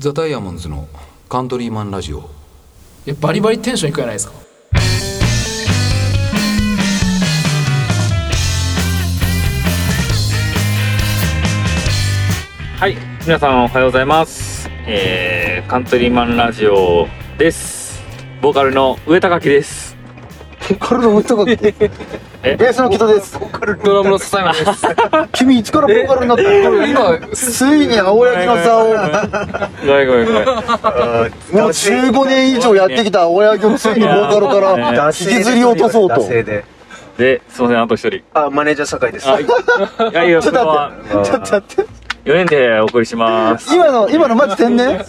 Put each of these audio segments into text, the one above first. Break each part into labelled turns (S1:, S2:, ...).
S1: ザ・ダイヤモンズのカントリーマンラジオ
S2: いやバリバリテンションいくじゃないですか
S3: はい、皆さんおはようございます。えー、カントリーマンラジオです。ボーカルの上高木です。
S4: カルロの人が、ベ
S3: え
S4: ースの人です。
S2: ドラムの笹山です
S4: 君一からボーカルになった。
S2: 今
S4: ついに青柳の 座
S3: ご
S4: を、
S3: めんごめんごめん。
S4: もう15年以上やってきた青柳をついにボーカルから引きずり落とそうと。ちょっ
S5: で。
S3: で、すいません、あと一人。
S5: あ、マネージャー酒井です。
S3: はい。いやいや、
S4: ち
S3: そ
S4: ょっ
S3: れ
S4: と
S3: は
S4: 待って、ちょっと待って。
S3: 4年でお送りします。
S4: 今の、今のマジ天然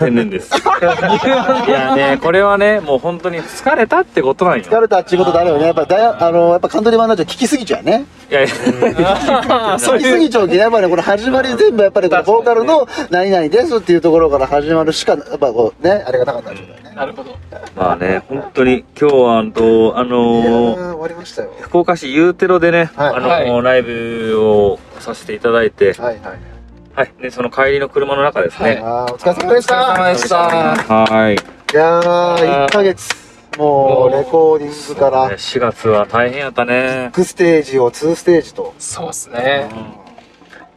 S3: 天然 です。いやね、これはね、もう本当に疲れたってことなんよ。
S4: 疲れたっちゅうことだよね。やっぱダイヤ、あの、やっぱカントリーマンラジオ聞きすぎちゃうね。
S3: いやい
S4: 聞きすぎちゃうけど、やっぱね、これ始まり全部やっぱりこのボーカルの何々ですっていうところから始まるしか、やっぱこうね、あれがなかったんだよね。
S2: なるほど
S3: や、まあね、本当に今日は、あの、あ
S4: いやー、
S3: の
S4: 終わりましたよ。
S3: 福岡市ユーテロでね、
S4: はい
S3: あの、
S2: はい
S3: ライブをさせていただいて、
S4: はいはい。
S3: はい、で、その帰りの車の中ですね。
S4: あーお疲れ様でした。
S2: お疲れ様でした
S3: はい。
S4: いやー、1ヶ月、もうレコーディングから、ビ
S3: 4月は大変やったね
S4: ッ。グステージを2ステージと。
S2: そうですね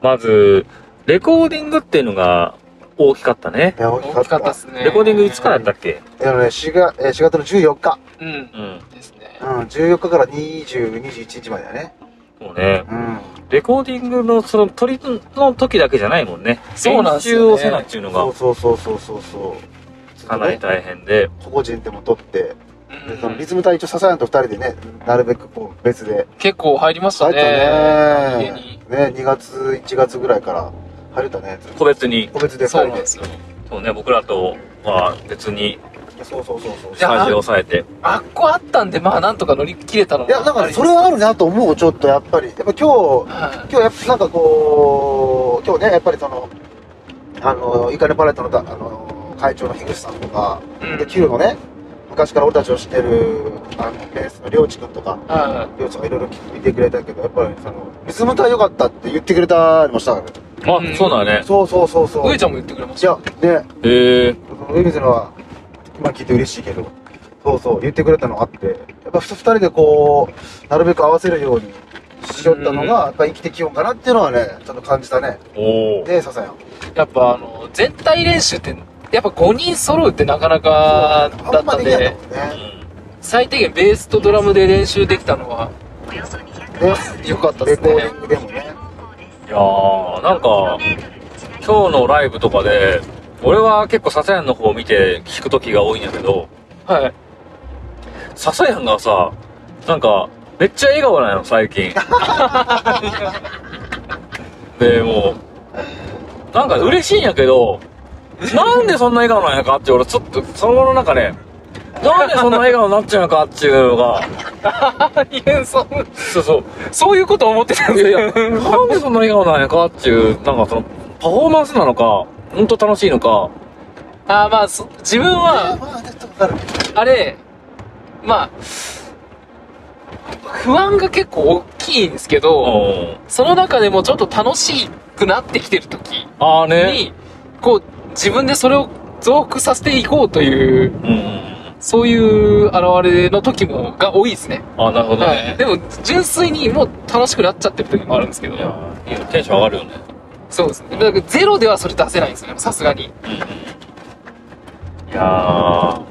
S3: まず、レコーディングっていうのが大きかったね
S4: い。や、大きか
S2: 大
S4: っ
S2: きかった
S4: た
S2: で。すね
S3: レコーディングいつからだったっけ
S4: いやね、4月、えー4月の14日。
S2: うん
S3: うん。
S2: ですね
S4: うん、14日から20、21日までだね。
S3: もうね、
S4: うん。
S3: レコーディングのその撮りの時だけじゃないもんね。
S2: そうなん
S3: 練
S2: すよ
S3: 習
S2: ね
S3: をせないっていうの
S4: そう
S3: が
S4: そうそうそうそうそう。
S3: かなり大変で。
S4: 個々人でも撮って、
S2: う
S4: で
S2: ん
S4: そのリズム隊長、笹谷と2人でね、なるべくこう別で。
S2: 結構入りました
S4: 入っ
S2: ね
S4: た
S2: 家
S4: ね。
S2: に
S4: ね、2月、1月ぐらいから入れたね。
S3: 個別に、
S4: 個別で2
S2: そう
S4: 人
S2: なん
S4: で
S2: で。すよ
S3: そうね、僕らとは別に
S4: そうそうそうそう。
S3: スタジオ押さえて。
S2: あっこあったんでまあなんとか乗り切れたの
S4: いや、なんかね、それはあるなと思う、ちょっとやっぱり。やっぱ今日、
S2: は
S4: 今日やっぱなんかこう、今日ね、やっぱりその、あの、イカレパレットのだあの会長の樋口さんとか、
S2: いうん
S4: で、Q のね、昔から俺たちを知ってる、あの、ベースのりょうちくんとか、
S2: は
S4: りょうちゃんがいろいろ見てくれたけど、やっぱりその、リズム隊良かったって言ってくれたりもしたからね。
S2: うん
S3: あ、そうだね。
S4: そうそうそうそ。
S2: いう上
S4: い
S2: ちゃんも言ってくれました
S4: や、ね、
S3: えー、
S4: その上水のは、今聞いて嬉しいけど、そうそう、言ってくれたのあって、やっぱふた二人でこう、なるべく合わせるようにしよったのが、やっぱ生きてきようかなっていうのはね、ちょっと感じたね。
S3: おー。
S4: で、笹谷。
S2: やっぱあの全体練習ってやっぱ5人揃うってなかなかだ
S4: あ
S2: っ
S4: ん
S2: た
S4: ま
S2: ん
S4: できない
S2: で
S4: もんね。
S2: 最低限ベースとドラムで練習できたのは
S4: ね、
S2: 良かったで
S4: レ
S2: す
S4: コ
S2: ね
S4: ーディングでもね。
S3: いやー、なんか、今日のライブとかで、俺は結構ササヤンの方を見て聞く時が多いんだけど、
S2: はい
S3: ササヤンがさ、なんか、めっちゃ笑顔なの、最近。で、もう、なんか嬉しいんやけど、なんでそんな笑顔なんやかって、俺ちょっと、その後の中で、なんでそんな笑顔になっちゃうんやかっていうのが、
S2: いやそう
S3: そうそう、
S2: そういうこと思ってたんですよ
S3: なんでそんな笑顔なんやかっていう、なんかその、パフォーマンスなのか、ほんと楽しいのか、
S2: あーまあそ自分は
S4: まあ、ちょっとわかる。
S2: あれまあ不安が結構大きいんですけど
S3: うん。
S2: その中でもちょっと楽しくなってきてる時
S3: ああね。
S2: にこう自分でそれを増幅させていこうという
S3: うんうん。
S2: そういう現れの時もが多いですね
S3: ああ、なるほど
S2: はい、
S3: ね。
S2: でも純粋にもう楽しくなっちゃってる時もあるんですけど
S3: いやーいいよ、テンション上がるよね。
S2: そうですねだからゼロではそれ出せないんですよねさすがに
S3: いやー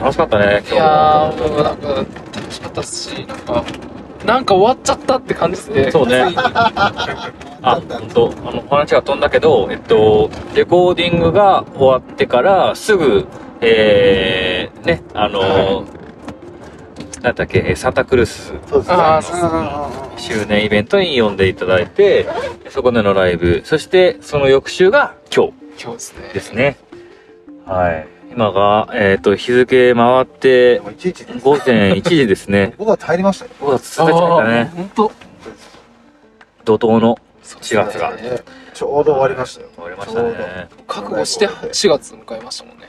S3: 楽しかったね、
S2: い
S3: 今日。
S2: やーもうなんか楽しかったですしなんかなんか終わっちゃったって感じですね
S3: そう ね。あ、本当あの、お話が飛んだけど、えっと、レコーディングが終わってから、すぐ、えー、ね、あのー、なんだっけ、えーサンタクルス
S4: そうですね。
S2: あーそう
S3: 周年イベントに呼んでいただいて、そこでのライブ、そしてその翌週が今日。
S2: 今日ですね
S3: ですね。はい。今が、えっ、と、日付回って
S4: で、もいちいちです。
S3: 午前1時ですね。
S4: 5月入りましたよ。
S3: 5月1日だったね。
S2: 本当
S3: 怒涛の4月が。終
S4: ねちょうど終わりましたよ。
S3: わりましたね。
S2: 覚悟して4月迎えましたもんね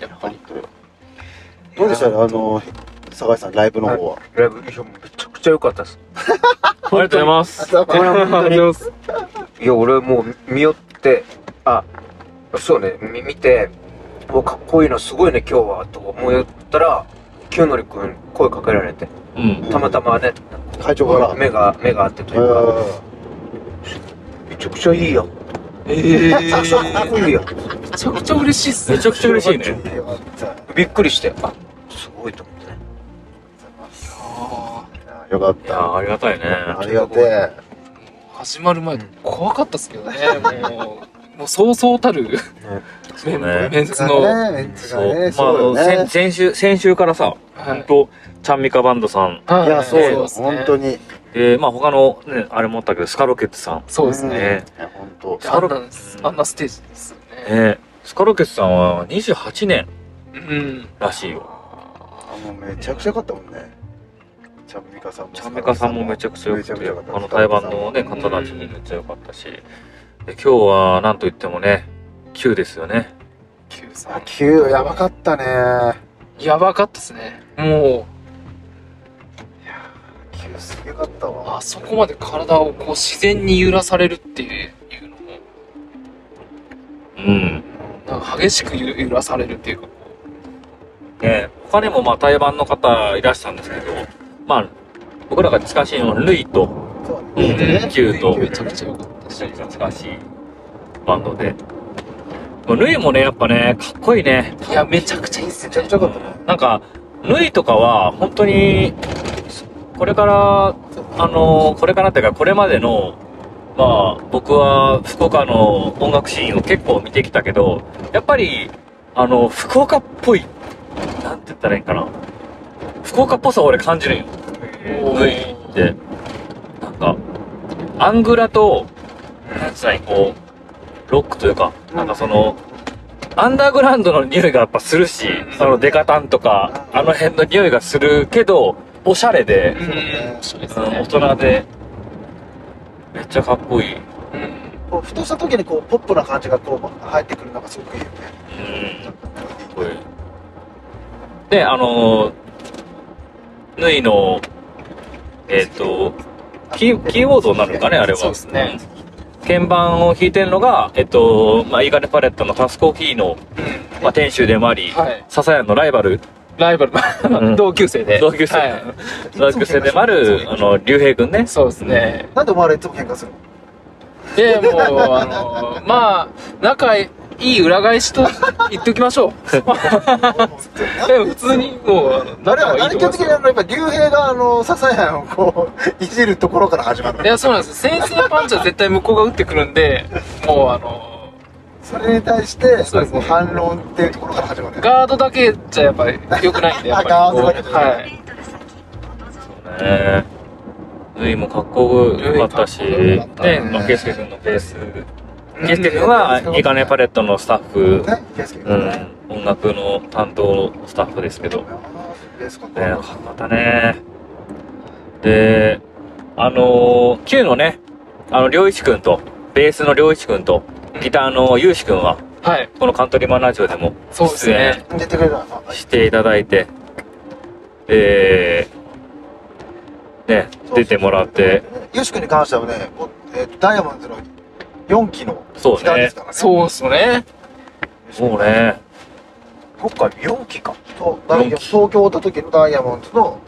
S2: やっぱり
S4: どうでしたあの、酒井さん、ライブの方は。
S5: ライブ、いや、めちゃくちゃ良かったです。
S3: ありがとうございます。
S5: これは本当に。いや、俺もう見よって、あ、そうね、み見て、うわかっこいいのすごいね、今日は、と思いよったら、清則くん、声かけられて、
S3: うん。
S5: たまたまね、
S4: 会長から。
S5: 目が、目があってと
S4: え
S5: いうか、
S4: ー
S5: めちゃくちゃいいよ。
S3: ええ
S5: めちゃくちゃかっこいいよ。
S2: めちゃくちゃ嬉しいっす
S3: め
S2: ね
S3: ち。ゃくちゃ嬉しいね。
S4: いいよじゃ
S5: びっくりして、あ、すごいと思ってね。
S4: あよかっ
S3: いやー
S4: た。
S3: ありがたいね。
S4: ありがてえ。
S2: 始まる前と怖かったっすけどね、もう。もうそうそうたる
S3: そ
S2: メ
S3: う
S2: ン
S3: ね。
S2: メンツの。
S4: ね、メンツ
S3: そ
S4: が
S3: う。
S4: ね、
S3: まああ
S4: そ
S3: の、
S4: うだよ
S3: 先
S4: ね。
S3: 先週、先週からさ、
S2: はい
S3: 本当ちゃんみかバンドさん、
S2: はい
S4: や、そう
S2: そう
S4: よ。
S2: ですね
S4: 本当に。
S3: えー、まあ他のね、あれもあったけど、スカロケッツさん。
S2: そうですね。
S3: ね
S4: うん。いや本当。
S2: あんなあんなステージですよね。
S3: えー、スカロケッツさんは28年
S2: うん。
S3: らしいよ。
S4: あもうめちゃくちゃ良かったもんね。ちゃんみかさんも。
S3: ちゃんみかさんもめちゃくちゃ良くて、
S4: めちゃくち
S3: あ
S4: ゃ良
S3: の
S4: かった
S3: 台湾のね、方たちもめっちゃ良かったし。で、今日はなんと言ってもね、9ですよね。
S2: Q さ
S4: あ、
S2: ん。
S4: 9、やばかったね。
S2: やばかったっすね。も
S4: 9すげえかった
S2: う、
S4: わ。
S2: あそこまで体をこう自然に揺らされるっていうのも、
S3: うん。
S2: なんか激しく揺揺らされるっていうか、こ
S3: ね、他にもまあ台湾の方いらしたんですけど、まあ、僕らが近しいのはルイと、
S4: そう
S2: う
S4: ね。
S3: うん9と、
S2: めちゃくちゃ良かったし。
S3: 近しいバンドで。ルイもね、やっぱね、かっこいいね。
S2: いや、めちゃくちゃいいっす
S4: めちゃ
S2: ね
S4: くち。ゃ良かったね。
S3: なんか、ルイとかは、本当に、これから、あの、これからっていうか、これまでの、まあ、僕は福岡の音楽シーンを結構見てきたけど、やっぱり、あの、福岡っぽい、なんて言ったらいいんかな。福岡っぽさを俺感じるんよ。
S2: もう
S3: ルイって、なんか、アングラと、なんつうのこう、ロックというか、なんかその、アンダーグラウンドの匂いがやっぱするし、あのデカタンとか、あの辺の匂いがするけど、おしゃれで、
S2: うん、面白いで
S3: う
S2: す
S3: ん大
S2: ね。
S3: 人で、めっちゃかっこいい。うん。
S4: こうふとした時にこうポップな感じがこう入ってくるのがすごくいいよね。
S3: かっこいい。で、あのー、ヌイの、えっ、と、キー、キーボードになるのかね、あれは。
S2: そうですね
S3: うん。鍵盤を弾いてるのが、えっと、まあ、イーガネパレットのタスコーキーの、まあ、店主でもあり、
S2: はい。
S3: ササヤのライバル、
S2: ライバル
S3: う
S2: の
S3: ん
S2: 同級生で。
S3: 同級生
S2: はい
S3: 同級生でもある、あの、竜兵くんね。
S2: そうですね。
S4: なんでお前らいつも喧嘩する の
S2: で、もう、あの、まあ、仲いい裏返しと言っておきましょう。 でも普通に、もう、あの
S4: あれ
S2: 仲
S4: は、
S2: はい
S4: あ
S2: い
S4: れ
S2: と
S4: 基
S2: 思います
S4: 本的にあの、やっぱ、竜兵が、あの、笹谷をこう、いじるところから始まる
S2: い。や、そうなんです。先生パンチは絶対向こうが打ってくるんで、もう、あの、
S4: それに対して、
S2: そうですね
S4: 反論っていうところから始まる。
S2: ガードだけじゃやっぱり良くないんで、やっぱり。
S4: あガードだけじゃない
S2: はい。
S3: ねヌイもかっこよかったし、
S2: ルイ
S3: ね
S2: かっこよかったね、
S3: まあ、ケイスケくんのベース。ケイスケくんは、イーガネパレットのスタッフ、
S4: ね、圭介
S3: う
S4: 君ね。
S3: ん、音楽の担当スタッフですけど、ね、
S4: あーベースコントロー
S3: か
S4: ル
S3: っこよかったね。で、あのー、Q のね、あの、りょういちくんと、ベースのりょういちくんと、ギターのゆうしくんは、
S2: はい。
S3: このカントリーマンラジオでも
S2: そうですね。
S4: 出てくれたの。
S3: していただいて、えー、ね、出てもらって、。
S4: よし君に関してはね、おえーダイヤモンドズの4期の
S3: そう
S4: ギターで
S3: ね
S4: す。からね。
S2: そうっすよね。
S3: もうね、
S5: そっか、4期か。
S4: そうダイヤ
S3: 四期
S4: 東京おった時のダイヤモンドズの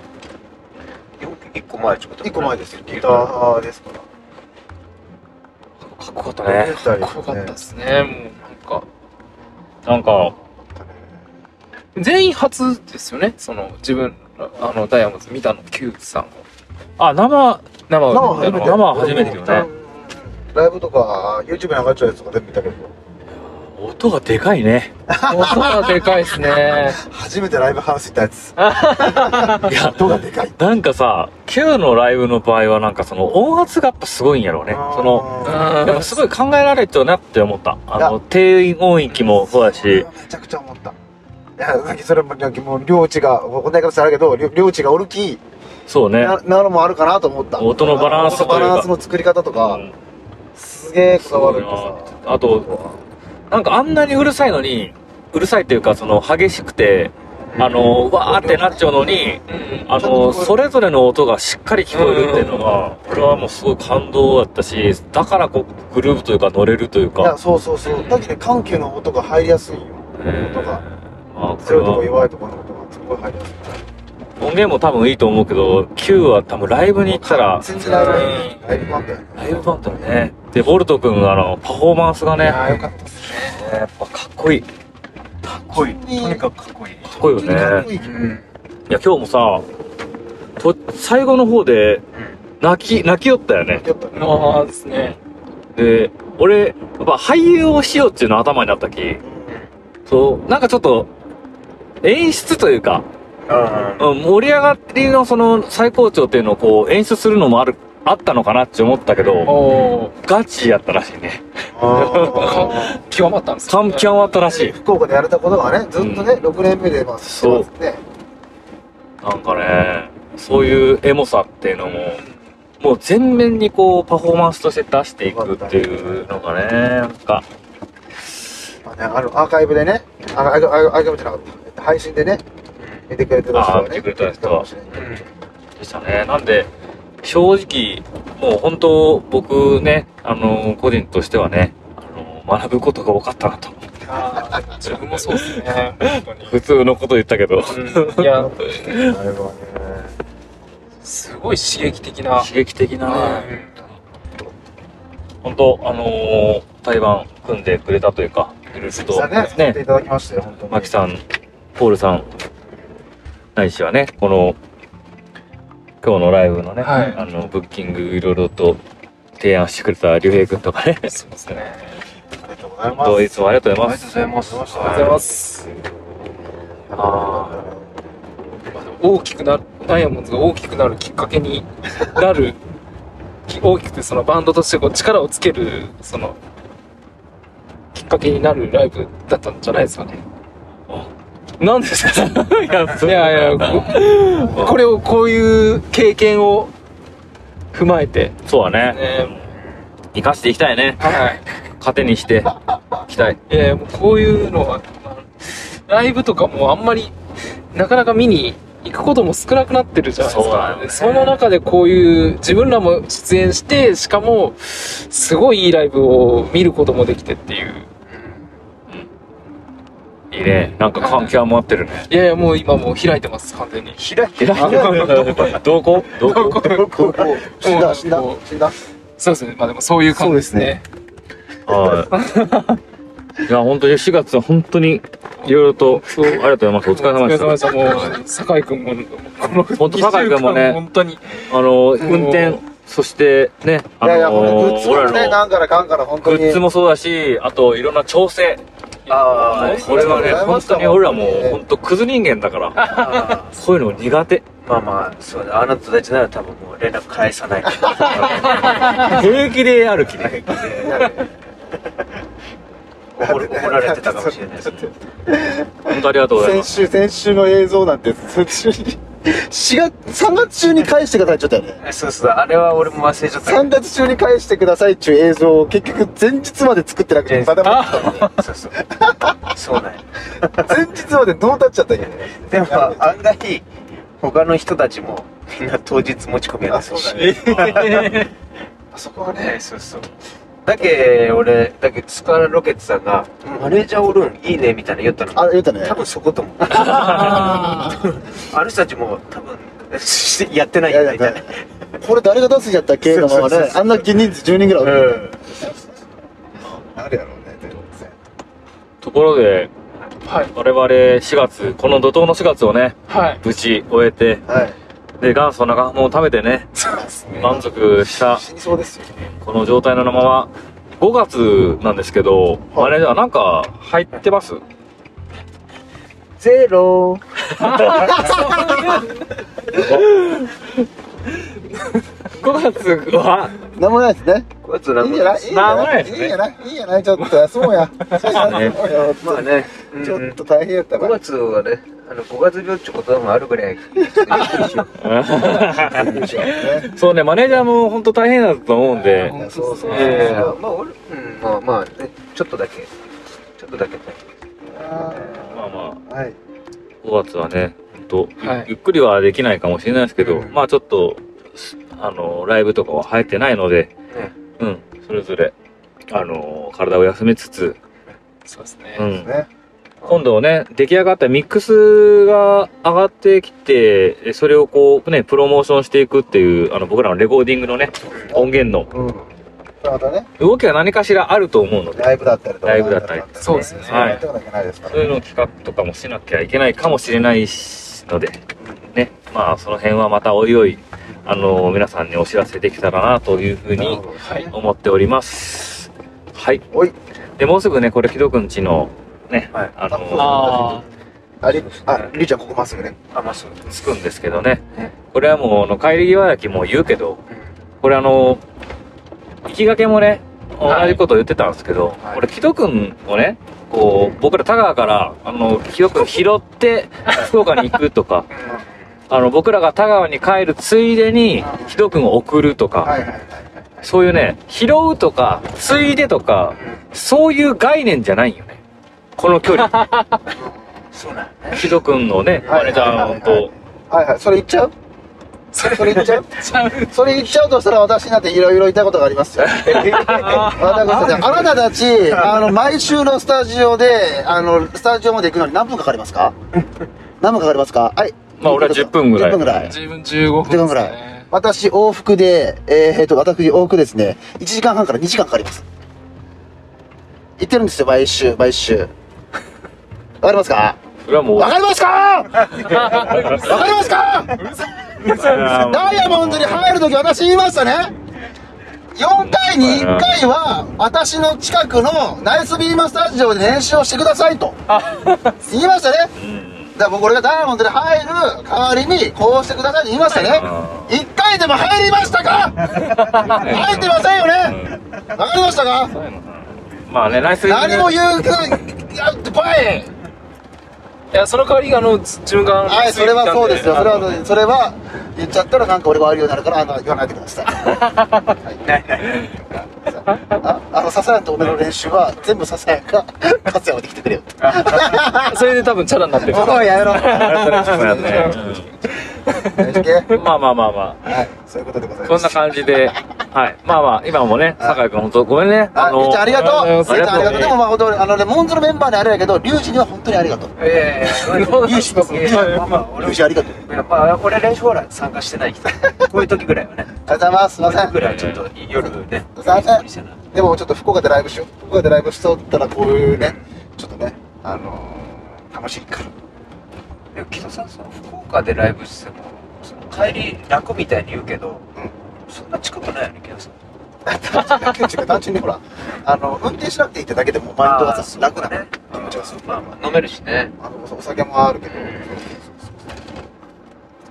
S5: 4期、1個前ちょっと。
S4: 1個前ですよ。ギターですから。
S2: かっこよかった
S3: ね
S2: ね。
S4: 出たり
S2: かっこよかったですね。もう、なんか。
S3: なんか、
S2: 全員初ですよねその自分らあのダイヤモンドズ見たの Q さんが
S3: あ、生、
S2: 生
S4: 生
S2: を
S4: は
S2: 見た
S4: 初め
S2: の
S4: て。
S3: 生は初めてよね。
S4: ライブとか、YouTube に上がっちゃうやつとか全部見たけど、
S3: 音がでかいね。
S2: 音がでかいですね
S4: 初めてライブハウス行ったやつ。
S3: いや、
S4: 音がでかい。
S3: なんかさ、Q のライブの場合はなんかその音圧がやっぱすごいんやろうね。その、
S2: うん
S3: や
S4: あ
S3: っぱすごい考えられてるなって思った。あの、低音域もそうだ
S4: ー、
S3: し、
S4: めちゃくちゃ思った。いや、さっきそれも、なんかもう、領地が、お願いしたらあるけど、領領地がおるき、
S3: そうね。
S4: ななのもあるかなと思った。
S3: 音のバランスというか
S4: 音のバランスの作り方と
S3: う
S4: か、
S3: ん
S4: すげえこだわるって
S3: す
S4: さ
S3: ごい。なあと、なんかあんなにうるさいのに、うるさいっていうかその激しくて、あのわーってなっちゃうのにあのそれぞれの音がしっかり聞こえるっていうのがこれはもうすごい感動だったしだからこうグルーヴというか乗れるという
S4: いや
S3: か、
S4: そうそうそうだけど緩急の音が入りやすいよ音が
S3: まあ、これ
S4: 強いとこ
S3: は
S4: 弱いとこの音がすごい入りやすい
S3: 音源も多分いいと思うけど Q は多分ライブに行ったら
S4: 全然ライブライブ版だよね
S3: ライブバンドだねでボルト君あのパフォーマンスが
S4: い
S3: ね
S4: やーよかったっすね
S3: やっぱかっこいいか
S5: かっこいい
S4: に
S5: とにかくかっこいい
S3: っこいいよ
S4: 本当にかっ
S3: ね
S4: こいいけ
S3: い
S4: ど
S3: や今日もさと最後の方で泣き泣きよったよね
S4: やったね
S2: ああですね。
S3: で俺やっぱ俳優をしようっていうの頭になったきそうなんかちょっと演出というか、
S5: うん
S3: うん、盛り上がりのその最高潮っていうのをこう演出するのもあるあったのかなって思ったけ
S2: お
S3: ど
S2: お
S3: ガチやったらしいね
S4: あ
S2: ー、極まったんですか
S3: 完璧終わったらしい
S4: ー福岡でやれたことがねずっとね6年目でまあ進んでますね
S3: なんかね、そういうエモさっていうのも、もう全面にこうパフォーマンスとして出していくっていうのがね、なんか、
S4: まあねあのアーカイブでねあアーカイブアーカイブじゃなかった配信でね見てくれてた人は
S3: あー
S4: ね
S3: 見てくれた人は
S4: かもしれない
S3: でしたね。なんで、正直、もう本当、僕ね、あの、個人としてはね、あの、学ぶことが多かったなと。
S2: あー自分もそうですね。
S3: 普通のこと言ったけど、
S2: うんいや、
S4: あれはね
S2: すごい刺激的な。
S3: 刺激的なね、
S2: はい
S3: 本当、あの、台湾組んでくれたというか、いろいろと
S4: さあね、やっていただきましたよ、本当に。
S3: マキさん、ポールさん、ないしはね、この、今日のライブのね、
S2: はい
S3: あの、ブッキングいろいろと提案してくれた竜兵くんとかね、
S2: そうですね。
S4: ありがとうございます。
S3: どういつもありがとうございます。
S4: ありがとうございます。
S2: ありがとうございます。大きくなる、ダイヤモンドが大きくなるきっかけになる、 き大きくてそのバンドとしてこう力をつける、その、きっかけになるライブだったんじゃないですかね。なんですか
S3: いや、
S2: いやいや、ここれを、こういう経験を踏まえて、
S3: そうだね。
S2: ね、
S3: 生かしていきたいね。
S2: はい。
S3: 糧にして、いきたい。
S2: えー、もうこういうのは、ライブとかもあんまり、なかなか見に行くことも少なくなってるじゃないです
S3: そうな
S2: か
S3: ん。で
S2: そ,、の中でこういう、自分らも出演して、しかも、すごいいいライブを見ることもできてっていう。
S3: いいね。なんか環境も合ってる ね。
S2: いやいや、もう今もう開いてます、完全に。
S5: 開いて
S3: どこどこ
S4: ここ死んだ、死んだ、死んだ。
S2: そうですね。まあでもそういう感じですね。
S3: はい。いや、本当に4月は本当に、いろいろと、ありがとうございます。お疲れ様
S2: お疲
S3: で
S2: れ
S3: した
S2: 様。でした。もう、酒井くんも、この
S3: 本当酒井くんもね
S2: 一週間本当に。
S3: あの、運転、そしてね、あ
S4: い
S3: の
S4: やいや、このグッズも
S3: 俺
S4: ね、
S3: ら
S4: なんからかんから、本
S3: の
S4: 当
S3: グ
S4: に。
S3: ッズもそうだし、あといろんな調整。
S5: あー
S3: これはね、本当に俺らもう、
S4: 本
S3: 本当クズ人間だから、
S5: あ
S3: そういうの苦手。
S5: ーまあまあそうだあなたたちなら多分もう連絡返さないけど
S3: 平気で歩きね。
S5: 怒る怒られてたかもしれないですね
S3: 本当ありがとうございま
S4: 先
S3: す。
S4: 週、先週の映像なんて、先週に、4月、3月中に返してください、ちょっとね。
S5: そうそうあれは俺も忘れちゃった
S4: 3月中に返してくださいっていう映像を結局前日まで作ってなくて、まだ
S5: そうそうそうなんや
S4: 前日までどうなっちゃったんやね。
S5: でも案外他の人たちもみんな当日持ち込みや
S4: あ、
S5: す
S4: そ
S5: いう
S4: だ
S5: し
S4: ね。
S5: あそこはねそうそうだけ俺だけスカラロケットさんが「マネージャーおるんいいね」みたいな言ったの
S4: あ、言うたね。
S5: 多分そこと思う あの人たちも多分してやってない
S4: い
S5: よ
S4: や
S5: ね
S4: いや
S5: みたいな
S4: これ誰が出すんやったっけ
S5: そう
S4: と
S5: そうそう
S4: かね、あんな人数10人ぐらいおる
S5: うん
S4: あるやろうね、全然。
S3: ところで、
S2: はい。
S3: 我々4月、この怒涛の4月をね、
S2: はい。
S3: 無事終えて、
S4: はい。
S3: で、元祖長浜を食べてね、
S4: そうですね
S3: 満足した
S4: 死にそうですよ。
S3: この状態のまま、5月なんですけど、マネージャーなんか入って ます
S5: ゼロ
S3: 5月は
S4: なんもないですね。
S5: こいつ
S4: い
S5: ない
S4: ん
S5: ん
S4: じゃない
S5: か
S4: いいんじゃ
S3: な
S4: ない
S3: んもないです
S4: い
S3: ね
S4: いんじゃないいいんじゃないちょっと休もう や。そうや休もうよ。
S5: まあね
S4: ちょっと大変やった
S5: 5
S4: ら。
S5: 月はねあの5月病って言葉もあるぐらい
S4: ね
S3: そうね、マネージャーも本当大変だと思うんで、
S4: いやそうそう。
S5: ええ
S4: あ
S5: まあ俺、うん、まあまあね、ちょっとだけ、ちょっとだけね。
S4: ー
S3: まあま
S4: はい。
S3: あ、 5月はね、ほんと
S2: はい
S3: ゆっくりはできないかもしれないですけど、
S5: うん
S3: まあちょっと、すあの、ライブとかは入ってないので、うん、それぞれ、あの、体を休めつつ、
S2: そうですね。
S3: うん
S4: ね。
S3: 今度ね、出来上がったミックスが上がってきて、えそれをこうね、プロモーションしていくっていう、あの、僕らのレコーディングのね、音源の
S4: うん。またね、
S3: 動きは何かしらあると思うので、
S4: ライブだったりとか。
S3: ライブだったり
S4: なんか
S2: そうですね
S4: そういうのやってかなきゃいけないですから
S3: そういうのを企画とかもしなきゃいけないかもしれないしので、ね、まあその辺はまたおいおい、あの、皆さんにお知らせできたらなというふう
S4: なる
S3: に
S4: ほどね。
S2: はい。
S3: 思っております。はい。
S4: おい。
S3: で、もうすぐね、これ、木戸くんちの、ね、
S5: はい
S3: あの、
S2: あ
S4: あり、あ、りゅうちゃんここまっすぐね。
S5: あ、まあそう。
S3: つくんですけどね
S5: ね。
S3: これはもう、あの、帰り際やきも言うけど、
S5: う
S3: これあの、行きがけもね、同
S2: はい
S3: じこと言ってたんですけど、
S5: はい
S3: 俺、木戸くんをね、こう、僕ら田川から、あの、木戸くん拾って、福岡に行くとか、あの、僕らが田川に帰るついでに、木戸くんを送るとか、
S4: はいはいはい。
S3: そういうね、拾うとか、ついでとか、そういう概念じゃないよね。この距離。
S5: そうなんやね。
S3: 木戸くんのね、
S4: は
S3: マ
S4: い
S3: ネージャーと、
S4: はいはい。それ言っちゃうそれ言っちゃう
S2: ー
S4: それ言っちゃうとしたら私なんていろいろ言いたいことがあり ますよ。私たちあなたたち、あの、毎週のスタジオで、あの、スタジオまで行くのに何分かかりますか何分かかりますかはい。
S3: まあ俺は10分ぐらい
S4: 10分ぐら い。
S2: 十分15分です、ね。
S4: 時間ぐらい。私、往復で、えー、えーと、私、往復ですね、1時間半から2時間かかります。行ってるんですよ、毎週、毎週。わかりますか
S3: それはもう、
S4: わかりますかわかりますかダイヤモンドに入るとき私言いましたね4回に1回は私の近くのナイスビームスタジオで練習をしてくださいと言いましたね
S3: うん
S4: だから僕俺がダイヤモンドに入る代わりにこうしてくださいと言いましたね
S3: あ
S4: 1回でも入りました か入ってませんよねわかりましたか
S3: そういうのかなまあね、ナイス
S4: 何も言うくやってばい
S2: いや、その代わり、あの、ず自分が、
S4: はい、それはそうですよ。それ
S2: あの
S4: は、それは、言っちゃったらなんか俺が悪いようになるから、あの、言わないでください。はい
S5: ないない。
S4: ああの、ささやんと俺の練習は、全部ささやんが、勝也をできてくれよ。
S2: それで多分チャラになってる。
S4: おい、やめろ。
S3: うんまあまあまあまあ。
S4: はい、そういうことでござい
S3: そ
S4: ま
S3: んな
S4: す。
S3: 感じで、はい。まあまあ、今もね、
S4: はい
S3: 酒井君、本当ごめんね。
S4: あ、りゅうちゃんありがとう。
S2: あ
S4: りゅ
S2: の
S4: うちゃんありがとう。
S3: ありがとうね
S4: でもまあ、本当に、あのね、モンズのメンバーにあれやけど、リュウジには本当にありがとう。
S5: え
S4: リュウジの、リ
S5: まあまあ、俺
S4: ュウ
S5: も
S4: ジありがとう。
S5: やっぱ、俺練習ほら参加してないけど、こういう時ぐらいはね、
S4: ありがとうございます。すい
S5: こう
S4: ま
S5: いう
S4: せ
S5: 時ぐ
S4: ん。
S5: らいはちょっと夜ね、
S4: すいません
S5: ゆっくりしてな
S4: でもちょっと福岡でライブしよう。福岡でライブしとったら、こういうね、ちょっとね、あのー、楽しいから。
S5: でも木戸さん、その福岡でライブしても、その帰り楽みたいに言うけど、そんな近くないよね、木戸さん。
S4: 建築単純にほらあの運転しなくていいってだけでもマインドがさ楽なの気持ちがする
S5: まあまあ、飲めるしね。
S4: あのお酒もあるけど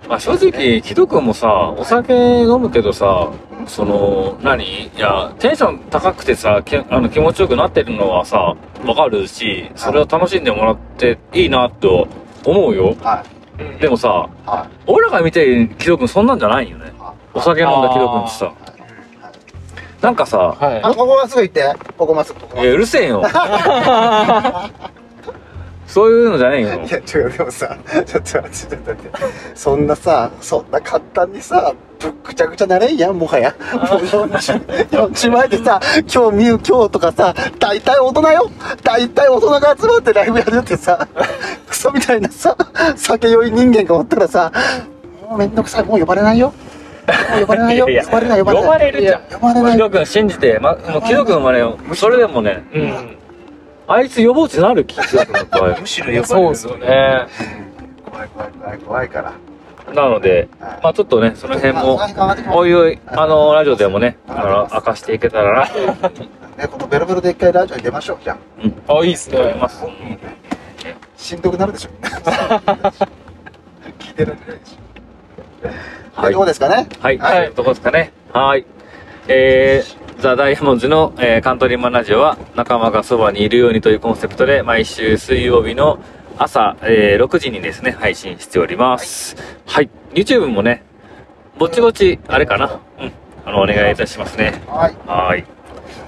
S3: まあ正直、木戸君もさ、お酒飲むけどさ、その、何いや、テンション高くてさ、けあの気持ちよくなってるのはさ、わかるし、それを楽しんでもらっていいなと思うよ。
S4: はい
S3: でもさ、
S4: は
S3: 俺らが見てる木戸君そんなんじゃないよね。お酒飲んだ木戸君ってさ、なんかさ、
S2: はい。
S4: あここまっすぐ行ってここまっすぐここまっ
S3: いや、うるせえよ。そういうのじゃねえよ。
S4: すぐいや違うでもさ ちょっと待ってちょっと待ってそんなさそんな簡単にさぶっくちゃくちゃなれんやんもはやもう40 40前でさ今日見う今日とかさ大体大人よ大体大人が集まってライブやるってさクソみたいなさ酒酔い人間がおったらさもうめんどくさいもう呼ばれないよもう呼ばれないよ
S3: いやいや
S4: 呼ばれない呼ばれない
S3: 呼ばれるじゃん
S4: いや呼ばれな
S3: 木
S4: い
S3: 戸君信じて、ま、もう木戸君はね、それでもね、
S2: うん。
S3: あいつ予防値なる気がするの怖い
S5: むしろ
S2: いや、
S5: 呼ばれ
S2: そう
S5: る
S2: ですよね。
S4: 怖い怖い怖い怖いから
S3: なので、まあちょっとね、その辺も、おいおい、あの、ラジオでもね、あの、明かしていけたらなと
S4: ねこのベロベロで一回ラジオに出ましょうじゃあ
S2: あ、いいです
S3: 思い
S2: ね。
S3: ます。
S4: しんどくなる でしょみんな聞いてるんで
S3: はい
S4: どうですかね
S3: はい、そういうとこですかね。はい。えー、ザ・ダイヤモンズの、えーカントリーマンラジオは、仲間がそばにいるようにというコンセプトで、毎週水曜日の朝、えー6時にですね、配信しております。はい。YouTube もね、ぼちぼち、あれかな。うん。あの、お願いいたしますね。
S4: はい
S3: はい。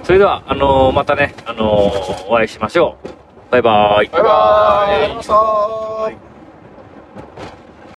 S3: それでは、あのーまたね、あのーお会いしましょう。バイバーイ。
S4: バイバーイ